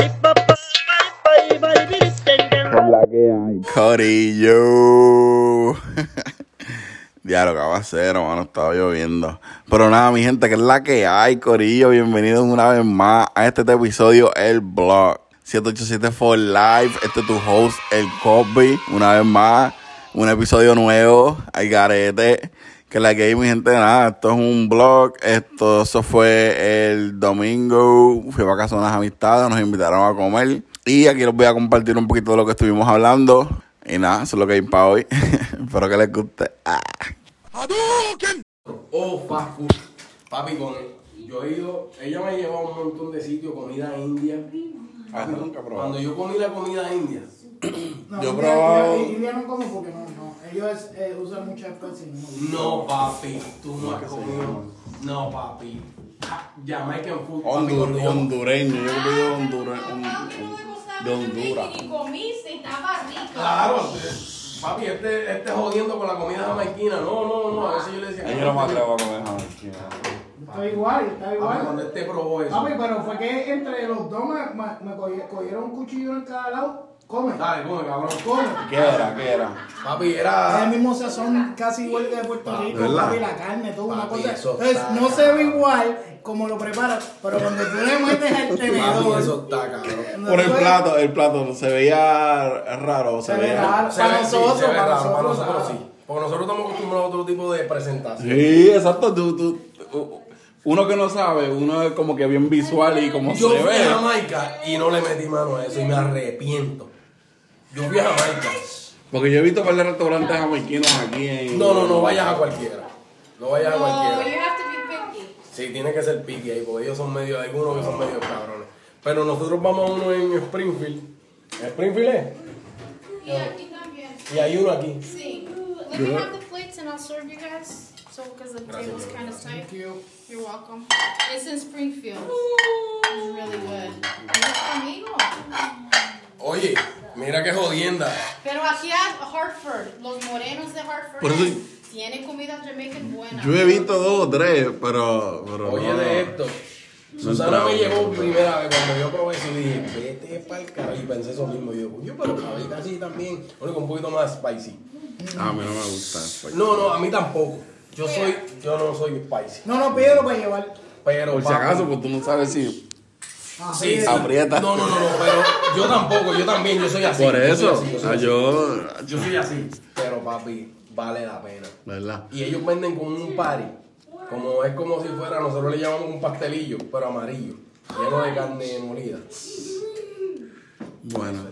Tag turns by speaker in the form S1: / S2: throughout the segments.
S1: Corillo. Diablo, que va a ser, hermano, estaba lloviendo. Pero nada, mi gente, que es la que hay, Corillo. Bienvenidos una vez más a este episodio, el blog. 787 for Life. Este es tu host, el Cosby. Una vez más, un episodio nuevo, al garete. Que es la que hay, mi gente, nada, esto es un blog. Esto, eso fue el domingo. Fui para casa de unas amistades, nos invitaron a comer. Y aquí les voy a compartir un poquito de lo que estuvimos hablando. Y nada, eso es lo que hay para hoy. Espero que les guste. Ah.
S2: o Oh, fast food. Papi, con yo he ido, ella me llevó a un montón de sitios, comida india.
S1: Ah, nunca
S2: Cuando yo comí la comida india,
S3: No,
S1: Yo
S3: India-
S1: probaba-
S3: India- India no como porque no, no. Ellos eh, usan muchas especies. ¿no?
S2: no, papi, tú no has comido. No, papi. Ah, Jamaican food, papi, cuando yo-
S1: hondureño, yo creo que Honduras.
S4: de Y comiste, estaba rico.
S1: Ah,
S2: Claro, este- papi, este, este jodiendo con la comida jamaiquina. No, no, no, a veces yo le decía.
S1: Yo no me atrevo a comer jamaiquina.
S3: Está igual, está
S2: Papi, cuando
S3: igual.
S2: este probó eso.
S3: Papi, pero fue que entre los dos me, me- me cogi- cogieron un cuchillo en cada lado. Come,
S2: Dale, come, cabrón.
S3: come.
S1: ¿Qué era? ¿Qué era?
S2: Papi,
S3: Es el
S2: era.
S3: mismo sazón casi igual que de Puerto Rico,
S1: ¿verdad?
S3: papi, la carne, toda una
S2: Ah, Papi,
S3: cosa.
S2: eso
S3: Entonces,
S2: está
S3: no se ve
S2: cabrón.
S3: igual como lo preparas, pero cuando tú le metes el
S2: Papi,
S3: tenedor,
S2: eso está, cabrón.
S3: cuando
S1: Por
S3: tú
S1: el
S3: le-
S1: plato, el plato se veía raro, se
S3: Se ve
S1: veía.
S3: raro.
S2: Se
S3: Para
S2: ve- sí,
S3: nosotros,
S2: se ve
S3: para
S2: raro, para
S3: nosotros,
S2: nosotros
S3: claro.
S2: sí. Porque nosotros estamos acostumbrados a otro tipo de presentación.
S1: Sí, exacto. Tú, tú, tú- uno que no sabe, uno es como que bien visual y como
S2: Yo
S1: se
S2: fui
S1: ve.
S2: a Jamaica y no le metí mano a eso y me arrepiento. Yo fui a Jamaica.
S1: Porque yo he visto varios restaurantes jamaiquinos aquí en.
S2: No, no, no vayas a cualquiera. No vayas a
S4: No,
S2: cualquiera.
S4: you have to be picky.
S2: Sí, tiene que ser piqui ahí, porque ellos son medio, hay algunos que son medio cabrones. Pero nosotros vamos a uno en Springfield. ¿Springfield es?
S4: Y aquí también.
S2: Y hay uno aquí.
S4: Sí. Let me have the plates and I'll serve you guys. So, because the table's kind of tight.
S3: Thank you.
S4: You're welcome. It's in Springfield. It's really good. Es conmigo.
S2: Oye, mira qué jodienda.
S4: Pero aquí a Hartford, los morenos de Hartford
S1: Por eso-
S4: tienen comida jamaican buena.
S1: Yo he visto dos o tres, pero. pero
S2: Oye,
S1: no.
S2: de esto. Susana me llevó primera vez cuando yo probé eso y dije, vete para el carajo. Y pensé eso mismo. Y yo, yo, pero probé casi también. Único un poquito más spicy.
S1: Ah, A mí no me gusta.
S2: No, no, a mí tampoco. Yo soy, yo no soy spicy.
S3: No, no, pídelo para llevar.
S2: Pero
S1: Por si
S2: papi,
S1: acaso, pues tú no sabes si.
S3: Así
S2: sí, sí.
S3: es.
S1: aprieta.
S2: No, no, no, no, pero yo tampoco, yo también, yo soy así.
S1: Por
S2: Yo
S1: eso,
S2: soy así, yo soy
S1: ah,
S2: así.
S1: yo.
S2: Yo soy así. Pero papi, vale la pena.
S1: ¿Verdad?
S2: Y ellos venden con un party. Como es como si fuera, nosotros le llamamos un pastelillo, pero amarillo. Lleno de carne molida.
S1: Bueno.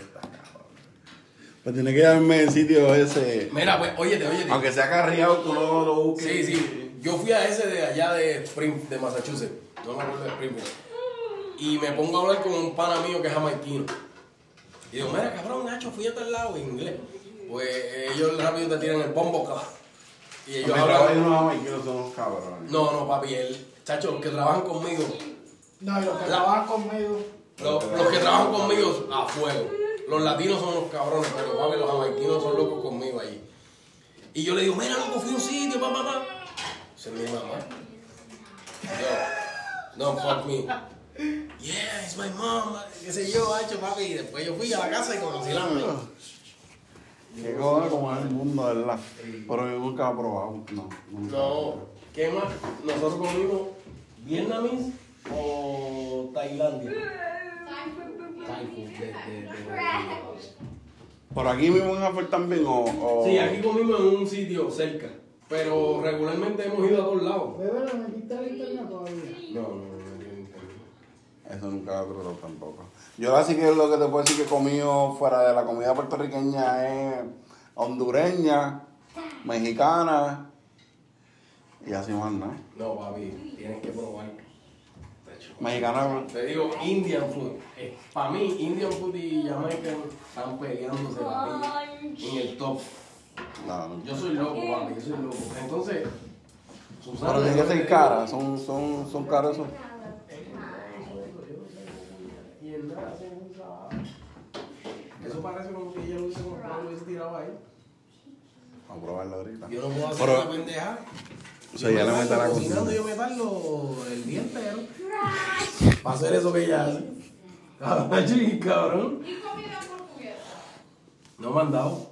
S1: Pues tiene que darme el sitio ese.
S2: Mira, pues, óyete, óyete.
S1: Aunque sea carriado, tú no lo busques.
S2: Sí, sí. Yo fui a ese de allá de Spring, de Massachusetts. No me acuerdo de Springfield. Y me pongo a hablar con un pana mío que es jamaiquino. Y digo, mira, cabrón, Nacho, fui a tal lado en inglés. Pues ellos rápido te tiran el bombo, cabrón. Y ellos hablan.
S1: jamaiquinos son unos cabrones.
S2: No, no, papi, el chacho, los que trabajan conmigo,
S3: No, y los que trabajan conmigo.
S2: los, los que trabajan conmigo a fuego. Los latinos son los cabrones, pero papi, los jamaiquinos son locos conmigo allí. Y yo le digo, mira, loco, fui a un sitio, papá, papá. Se mi mamá. Yo, no, fuck me. Yeah, it's my mom. Qué sé yo, hacho, papi. Y después yo fui a la casa y conocí la mamá.
S1: Qué cosa como es el mundo, ¿verdad? Pero yo nunca he probado. No. nunca.
S2: No, ¿qué más? Nosotros comimos vietnamés o tailandia. Thai food de- de- de-
S1: Por aquí mismo en Jaffer también, o. o-
S2: Sí, aquí comimos en un sitio cerca, pero regularmente hemos ido a todos lados.
S3: Bebé, ¿lo metiste al internet todavía?
S2: No, no, no, no.
S1: Eso nunca lo he probado tampoco. Yo así que lo que te puedo decir que he comido fuera de la comida puertorriqueña es hondureña, mexicana y así más nada.
S2: No, papi, tienes que probar. Tacho.
S1: Mexicana,
S2: Te digo, Indian food. Para mí, Indian food y Jamaican están peleándose, papi, en el top.
S1: no.
S2: Yo soy loco, papi, yo soy loco. Entonces, Susana...
S1: Pero tiene que ser
S2: yo-
S1: cara, son, son, son caros esos.
S2: Y el nada se usa. Eso parece como que ella lo hubiese comprado, lo hubiese tirado ahí.
S1: Vamos a probarlo ahorita.
S2: Yo no puedo hacer
S1: Pero-
S2: la pendeja.
S1: O sea, ya le mete la cocina.
S2: cocinando yo me tardo el día entero. Para hacer eso que ella hace. Cabrón, sí, cabrón.
S4: Y comida portuguesa.
S2: No me han dado.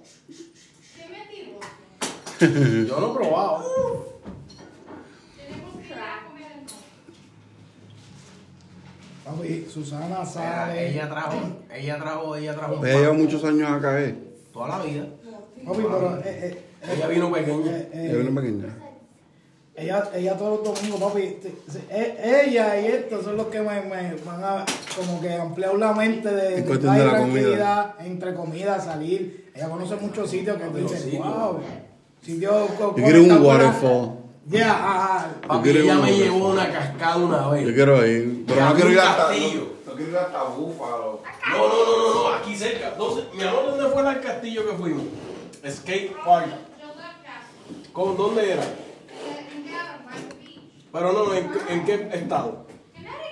S4: ¿Qué me digo?
S2: Yo no he probado.
S4: Tenemos que ir a comer el
S3: Papi, Susana
S2: Ella,
S3: sale.
S2: trajo, ella trajo, ella trajo un
S1: Ella lleva
S2: pan
S1: muchos años acá, ¿eh?
S2: toda la vida.
S3: Papi, pero eh, eh,
S2: Ella vino pequeña.
S3: eh,
S1: Ella
S3: eh,
S1: viene pequeña.
S3: ella, ella todos los domingos, papi. te- se- eh, ella y esto son los que me, me van a como que ampliar la mente de,
S1: En
S3: de
S1: cuestión de la
S3: tranquilidad, entre comidas, salir. Ella conoce muchos sitios que tú
S2: Los
S3: dices,
S2: sitios.
S3: wow. Sitios co-
S1: Yo quiero un
S3: conectados para-
S1: waterfall.
S3: Ya, ajá.
S2: Papi,
S1: quiero
S2: ella
S1: uno,
S2: me
S1: por
S2: llevó
S1: favor.
S2: una cascada una
S1: Yo
S2: vez.
S1: quiero ir, pero
S2: Ya,
S1: no quiero
S2: un
S1: ir hasta.
S2: castillo.
S1: No, no quiero ir hasta Búfalo.
S2: No, no, no, no, no, aquí cerca. ¿Dónde- mi amor, ¿dónde fue el castillo que fuimos? Skate Park.
S4: Yo doy caso.
S2: ¿Cómo, ¿Dónde era?
S4: Eh, me quedaron mal, vi.
S2: Pero no, ¿en, qué- en qué estado?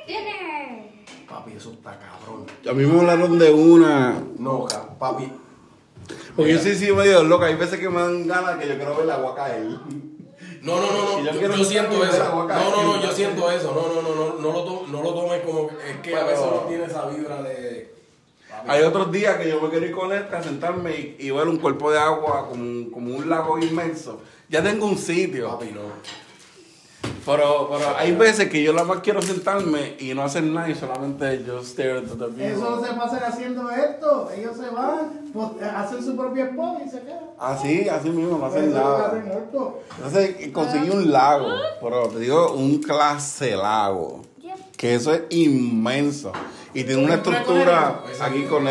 S4: Dinner.
S2: Papi, eso está cabrón.
S1: A mí me hablaron de una.
S2: No, ca- papi.
S1: Porque yo sí, sí, medio loco. Hay veces que me dan ganas que yo quiero ver la agua caer.
S2: No, no, no, no.
S1: Y yo
S2: Yo,
S1: quiero
S2: yo siento
S1: ver
S2: eso. No,
S1: agua caer.
S2: no, no, yo siento eso. No, no, no, no, no lo, to- no lo tomes como. Es que a veces no tiene esa vibra de. papi.
S1: Hay otros días que yo me quiero ir con esta, sentarme y, y ver un cuerpo de agua como, un- como un lago inmenso. Ya tengo un sitio.
S2: Papi, no.
S1: Pero, pero hay veces que yo nada más quiero sentarme y no hacer nada y solamente yo stare at the view.
S3: Eso se pasan haciendo esto. Ellos se van, pues, hacen su propio spot y se quedan.
S1: Así, así mismo, no
S3: Eso
S1: hacen
S3: es lo que
S1: nada.
S3: hacen esto.
S1: Entonces conseguí un lago, pero te digo un clase lago, que eso es inmenso y tiene una estructura aquí con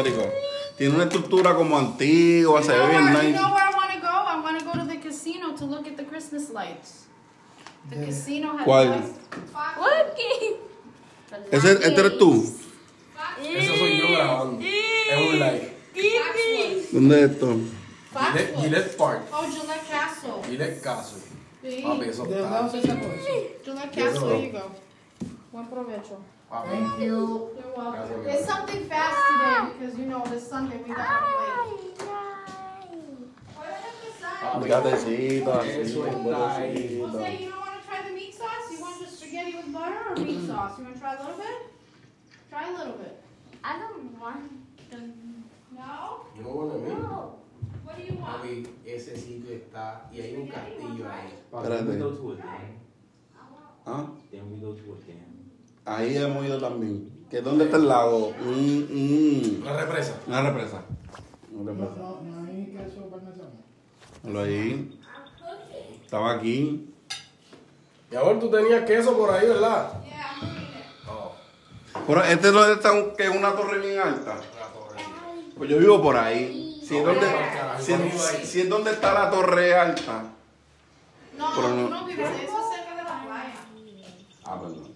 S1: tiene una estructura como antigua, se ve
S4: you know
S1: bien
S4: where, You
S1: nice.
S4: know where I want to go? I want to go to the casino to look at the Christmas lights. The casino has
S1: ¿Cuál?
S4: lights.
S1: Ese, este eres tú.
S2: Eso soy yo grabando. Es un like.
S4: Foxwoods.
S1: ¿Dónde es esto?
S2: Gillette,
S4: Foxwoods.
S2: Gillette Park.
S4: Oh, Gillette Castle.
S2: Gillette Castle.
S4: Sí.
S2: Papi, eso
S3: ¿De dónde
S2: está.
S3: se sacó eso?
S4: Gillette Castle, there you go. Buen provecho.
S2: Papi.
S3: Thank you.
S4: You're
S2: Gracias, mi
S4: welcome. It's
S2: amor.
S4: something fast today because you know this Sunday we got to
S1: Un
S4: wait.
S1: gatecito, así,
S2: Eso
S1: un
S2: está
S1: botecito.
S4: Jose, you don't want to try the meat sauce? You want just spaghetti with butter or
S5: Mm-hmm.
S4: meat sauce? You want to try a little bit? Try a little bit.
S5: I don't want them.
S4: No?
S2: Yo no voy a dormir.
S5: No.
S4: What do you want?
S2: Papi, ese sitio está. Y hay un castillo ahí.
S6: But then we
S1: Espérate.
S6: go to a dam.
S1: Ah,
S6: Then we go to a dam.
S1: ahí hemos ido también. ¿Que ¿Dónde está el lago? Mm, Un- un-
S2: La represa.
S1: una represa. Una
S3: No,
S1: represa.
S3: no, no hay queso parmesano.
S1: Míralo ahí. Estaba aquí.
S2: Mi amor, tú tenías queso por ahí, ¿verdad?
S4: Yeah, I'm doing it.
S2: Oh,
S1: Pero este no está un- que es una torre bien alta.
S2: la torre.
S1: Pues yo vivo por ahí. Si es donde, si es- si es donde está la torre alta.
S4: No,
S1: Pero no-
S4: tú no vives eso es cerca de la playa.
S1: Ah, perdón.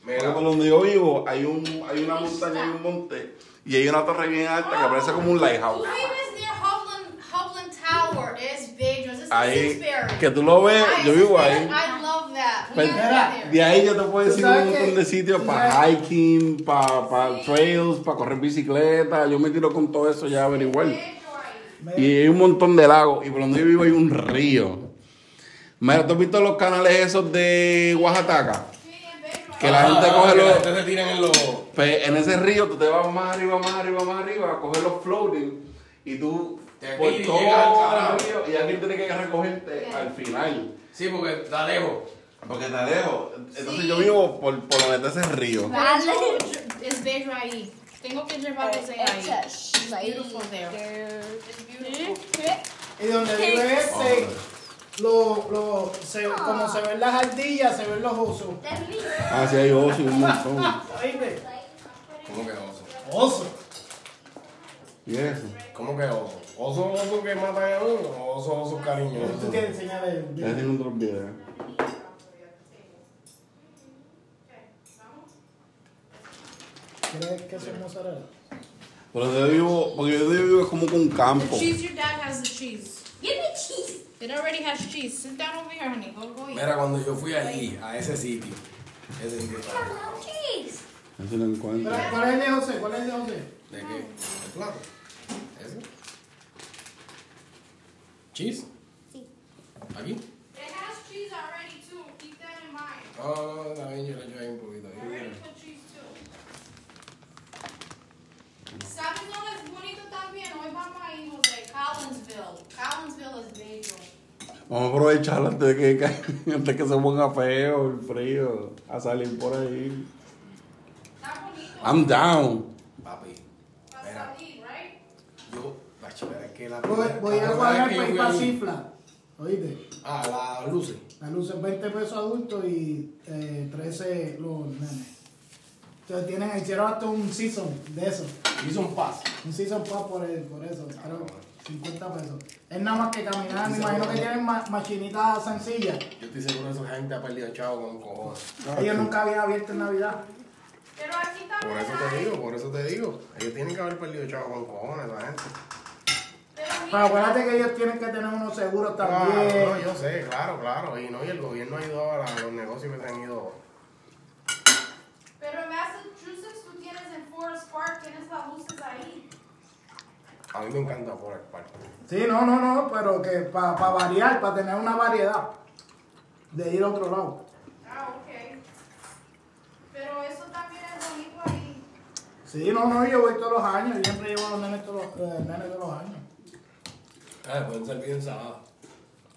S1: Porque
S2: Mira,
S1: por donde yo vivo hay un hay una montaña y un monte y hay una torre bien alta que parece como un
S4: Tú
S1: lighthouse.
S4: vives near Hovland, Hovland Tower. Es bello. Es
S1: Ahí
S4: Simsbury.
S1: que tú lo ves,
S4: Ay,
S1: yo vivo ahí.
S4: I love that. We
S1: Pero-
S4: gotta go there.
S1: De ahí yo te puedo
S3: ¿Tú
S1: decir un
S3: sabes
S1: montón
S3: qué?
S1: de sitios
S3: ¿Tú
S1: para
S3: sabes?
S1: hiking, para trails, para correr bicicleta. Yo me tiro con todo eso ya averiguar.
S4: Bello ahí.
S1: Y hay un montón de lagos. Y por donde yo vivo hay un río. Mira, ¿tú has visto los canales esos de Oaxaca?
S4: Sí, es bello ahí.
S1: Que la gente
S2: Ah,
S1: coge
S2: que la
S1: los...
S2: gente se tiran en los.
S1: Pues en ese río tú te vas más arriba, más arriba, más arriba a coger los floating y tú
S2: Te
S1: por
S2: tiras y
S1: todo
S2: llegas al
S1: el río y alguien tiene que recogerte al final.
S2: Sí, porque está lejos.
S1: Porque te alejo. Entonces
S4: Sí.
S1: yo vivo por, por donde está ese río.
S5: Vale.
S4: Es bello ahí. Tengo que llevar a José ahí. beautiful there. It's beautiful.
S3: Y donde vive este, lo, lo, se- como se ven las ardillas, se ven los osos.
S1: Ah, sí, hay osos y un montón.
S3: ¿Oíste?
S2: ¿Cómo que oso?
S3: Osos.
S1: Y eso.
S2: ¿Cómo que oso? Oso, oso que matan a uno. o Oso, oso
S3: Tú
S2: cariñoso.
S3: tienes que enseñar el
S1: Ya tienen otros videos.
S3: ¿Crees que son mozzarella?
S1: Pero yo vivo, porque yo vivo es como con un campo.
S4: The cheese your dad has the cheese.
S5: Give me cheese.
S4: It already has cheese. Sit down over here, honey. Go, go eat.
S2: Mira, cuando yo fui allí, a ese sitio. Ese sitio está.
S5: Hello, cheese.
S1: Eso lo encuentro.
S3: Pero, ¿Cuál es el de José? ¿Cuál es el de José?
S2: ¿De qué? ¿De plato? ¿Ese? ¿Cheese?
S5: Sí.
S2: ¿Aquí?
S4: It has cheese already too. Keep that in mind.
S2: No, no, no, también yo Ah, le eché ahí un poquito.
S4: I already put cheese too. ¿Sabes dónde es bonito también? Hoy vamos ahí, José.
S1: Vamos a aprovecharlo antes de que, ca- antes que se ponga feo el frío. A salir por ahí.
S4: Está bonito.
S1: I'm down.
S2: Papi,
S4: Para salir, right?
S2: yo, macho, era que la
S3: Voy, voy
S2: la
S3: a pues
S2: primera vez
S3: pagar para
S2: que
S3: ir
S2: yo
S3: para
S2: fui ahí-
S3: Cifla. Oíste,
S2: Ah, la luces.
S3: la luz es 20 pesos adultos y eh, 13 los nenes. Entonces tienen, hicieron hasta un season de eso.
S2: Hizo un pase.
S3: Un season pass por, el- por eso, creo, 50 pesos. Es nada más que caminar, me imagino que tienen ma- machinitas sencillas.
S2: Yo estoy seguro de esa gente ha perdido chavo con cojones.
S3: Ellos nunca habían abierto en Navidad.
S4: Pero aquí
S2: Por
S4: también
S2: eso te
S4: hay.
S2: digo, por eso te digo. Ellos tienen que haber perdido chavo con cojones, la gente.
S4: Pero
S3: Pero
S4: mira,
S3: Ah, acuérdate que ellos tienen que tener unos seguros
S2: Ah,
S3: también.
S2: no, yo sé, claro, claro. Y no, y el gobierno ha ayudado a la- los negocios que se han ido.
S4: pero en Massachusetts tú tienes en Forest Park, tienes las luces ahí.
S2: A mí me encanta por el parque.
S3: Sí, no, no, no, pero que para variar, para tener una variedad de ir a otro lado.
S4: Ah, ok. Pero eso también es bonito ahí.
S3: Sí, no, no, yo voy todos los años, yo siempre llevo a los nenes todos los, eh, nenes todos los años.
S2: Ah, pueden servir ensalada.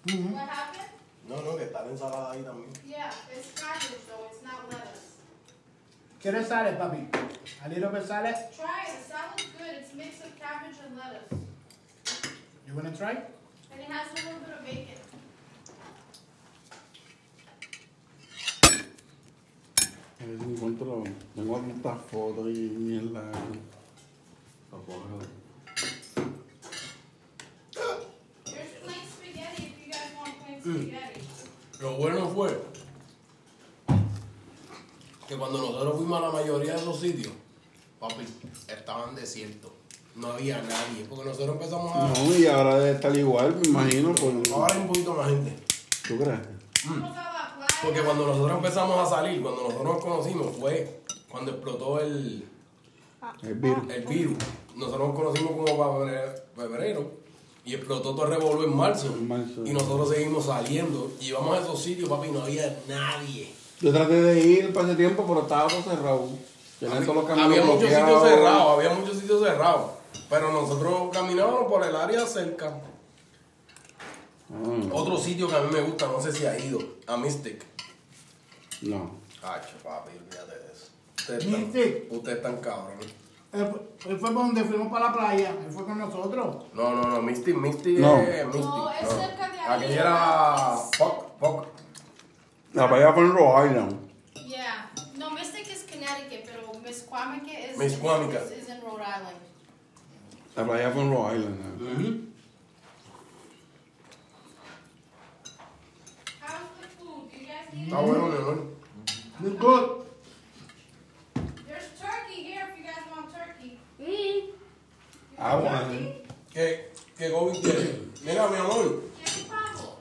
S4: What happened?
S2: No, no, que está la ensalada ahí también.
S4: Yeah, it's cabbage though, it's not lettuce.
S3: ¿Quieres sales, papi? Al hilo que sales,
S4: Try it, the salad's good. It's mix of cabbage and lettuce. And
S3: you wanna try?
S4: it has a little bit of bacon.
S1: A ver si encuentro. Tengo tantas fotos y mierda.
S4: There's plain spaghetti if you guys want plain spaghetti.
S2: Lo bueno fue que cuando nosotros fuimos a la mayoría de los sitios, papi, estaban desiertos. No había nadie. Porque nosotros empezamos a.
S1: No, y ahora debe estar igual, me imagino. Por...
S2: Ahora hay un poquito más gente.
S1: ¿Tú crees?
S4: Vamos a la playa.
S2: Porque cuando nosotros empezamos a salir, cuando nosotros nos conocimos, fue cuando explotó el,
S1: El virus.
S2: el virus. Nosotros nos conocimos como para fe- febrero y explotó todo el revolú en marzo.
S1: En marzo.
S2: Y nosotros seguimos saliendo. Y íbamos a esos sitios, papi, y no había nadie.
S1: Yo traté de ir para ese tiempo, pero estaba todo cerrado. Tenían todos los
S2: Había,
S1: caminos
S2: muchos sitios
S1: bloqueados.
S2: cerrados, había muchos sitios cerrados. Pero nosotros caminábamos por el área cerca.
S1: Ah,
S2: Otro sitio que a mí me gusta, no sé si ha ido, a Mystic.
S1: no.
S2: Ay, papi, olvídate de eso. Ustedes
S3: Mystic.
S2: Están, ustedes están cabrones.
S3: Él, fu- él fue para donde fuimos para la playa, él fue con nosotros.
S2: No, no, no, Mystic, Mystic
S1: No.
S2: es Mystic.
S4: No, es cerca de ahí. Ah,
S2: Aquella era Fuck, Fuck.
S1: La playa fue en Rhode Island.
S4: Yeah. No, Mystic is Connecticut, pero Misquamica is,
S2: Misquamica.
S4: is, is in Rhode Island.
S1: La playa fue en Rhode Island. eh.
S4: How's the food? Do you guys need
S2: Está bueno, mi amor.
S3: It's good.
S4: it? There's turkey here if you guys want turkey.
S5: Me.
S1: Ah, bueno.
S2: ¿Qué, qué Gobi quiere? Mira, mi amor.
S4: Yes, Pablo.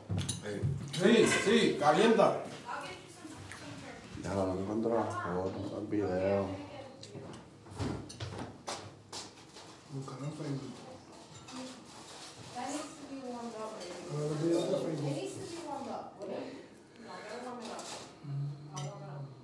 S2: Sí, sí, calienta.
S4: I'll get you some, some turkey.
S1: Ya no encuentro las fotos, los videos.
S3: Buscar en Facebook.
S4: That needs to be warmed up. baby.
S3: Pero los videos de
S4: It
S3: Facebook.
S4: needs to be warmed up. wouldn't it? No, I gotta warm it up. I'll warm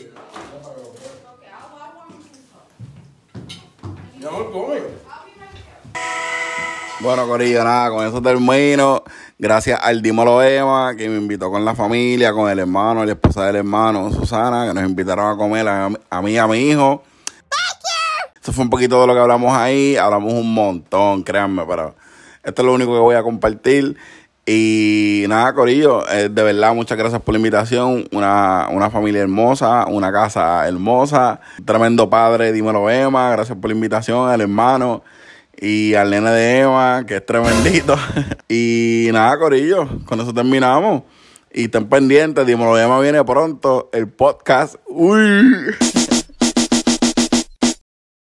S4: it up. Okay, I'll, I'll warm it up. I need-
S2: Mi amor, come.
S4: I'll be right there.
S1: Bueno, Corillo, nada, con eso termino. Gracias al Dímelo Emma, que me invitó con la familia, con el hermano, la esposa del hermano, Susana, que nos invitaron a comer a, a mí y a mi hijo. Eso fue un poquito de lo que hablamos ahí. Hablamos un montón, créanme, pero esto es lo único que voy a compartir. Y nada, Corillo, eh, de verdad, muchas gracias por la invitación. Una, una familia hermosa, una casa hermosa. Tremendo padre, dímelo, Emma. Gracias por la invitación, al hermano. Y al nene de Emma, que es tremendito. y nada, Corillo, con eso terminamos. Y estén pendientes, dímelo, Emma viene pronto. El podcast. Uy.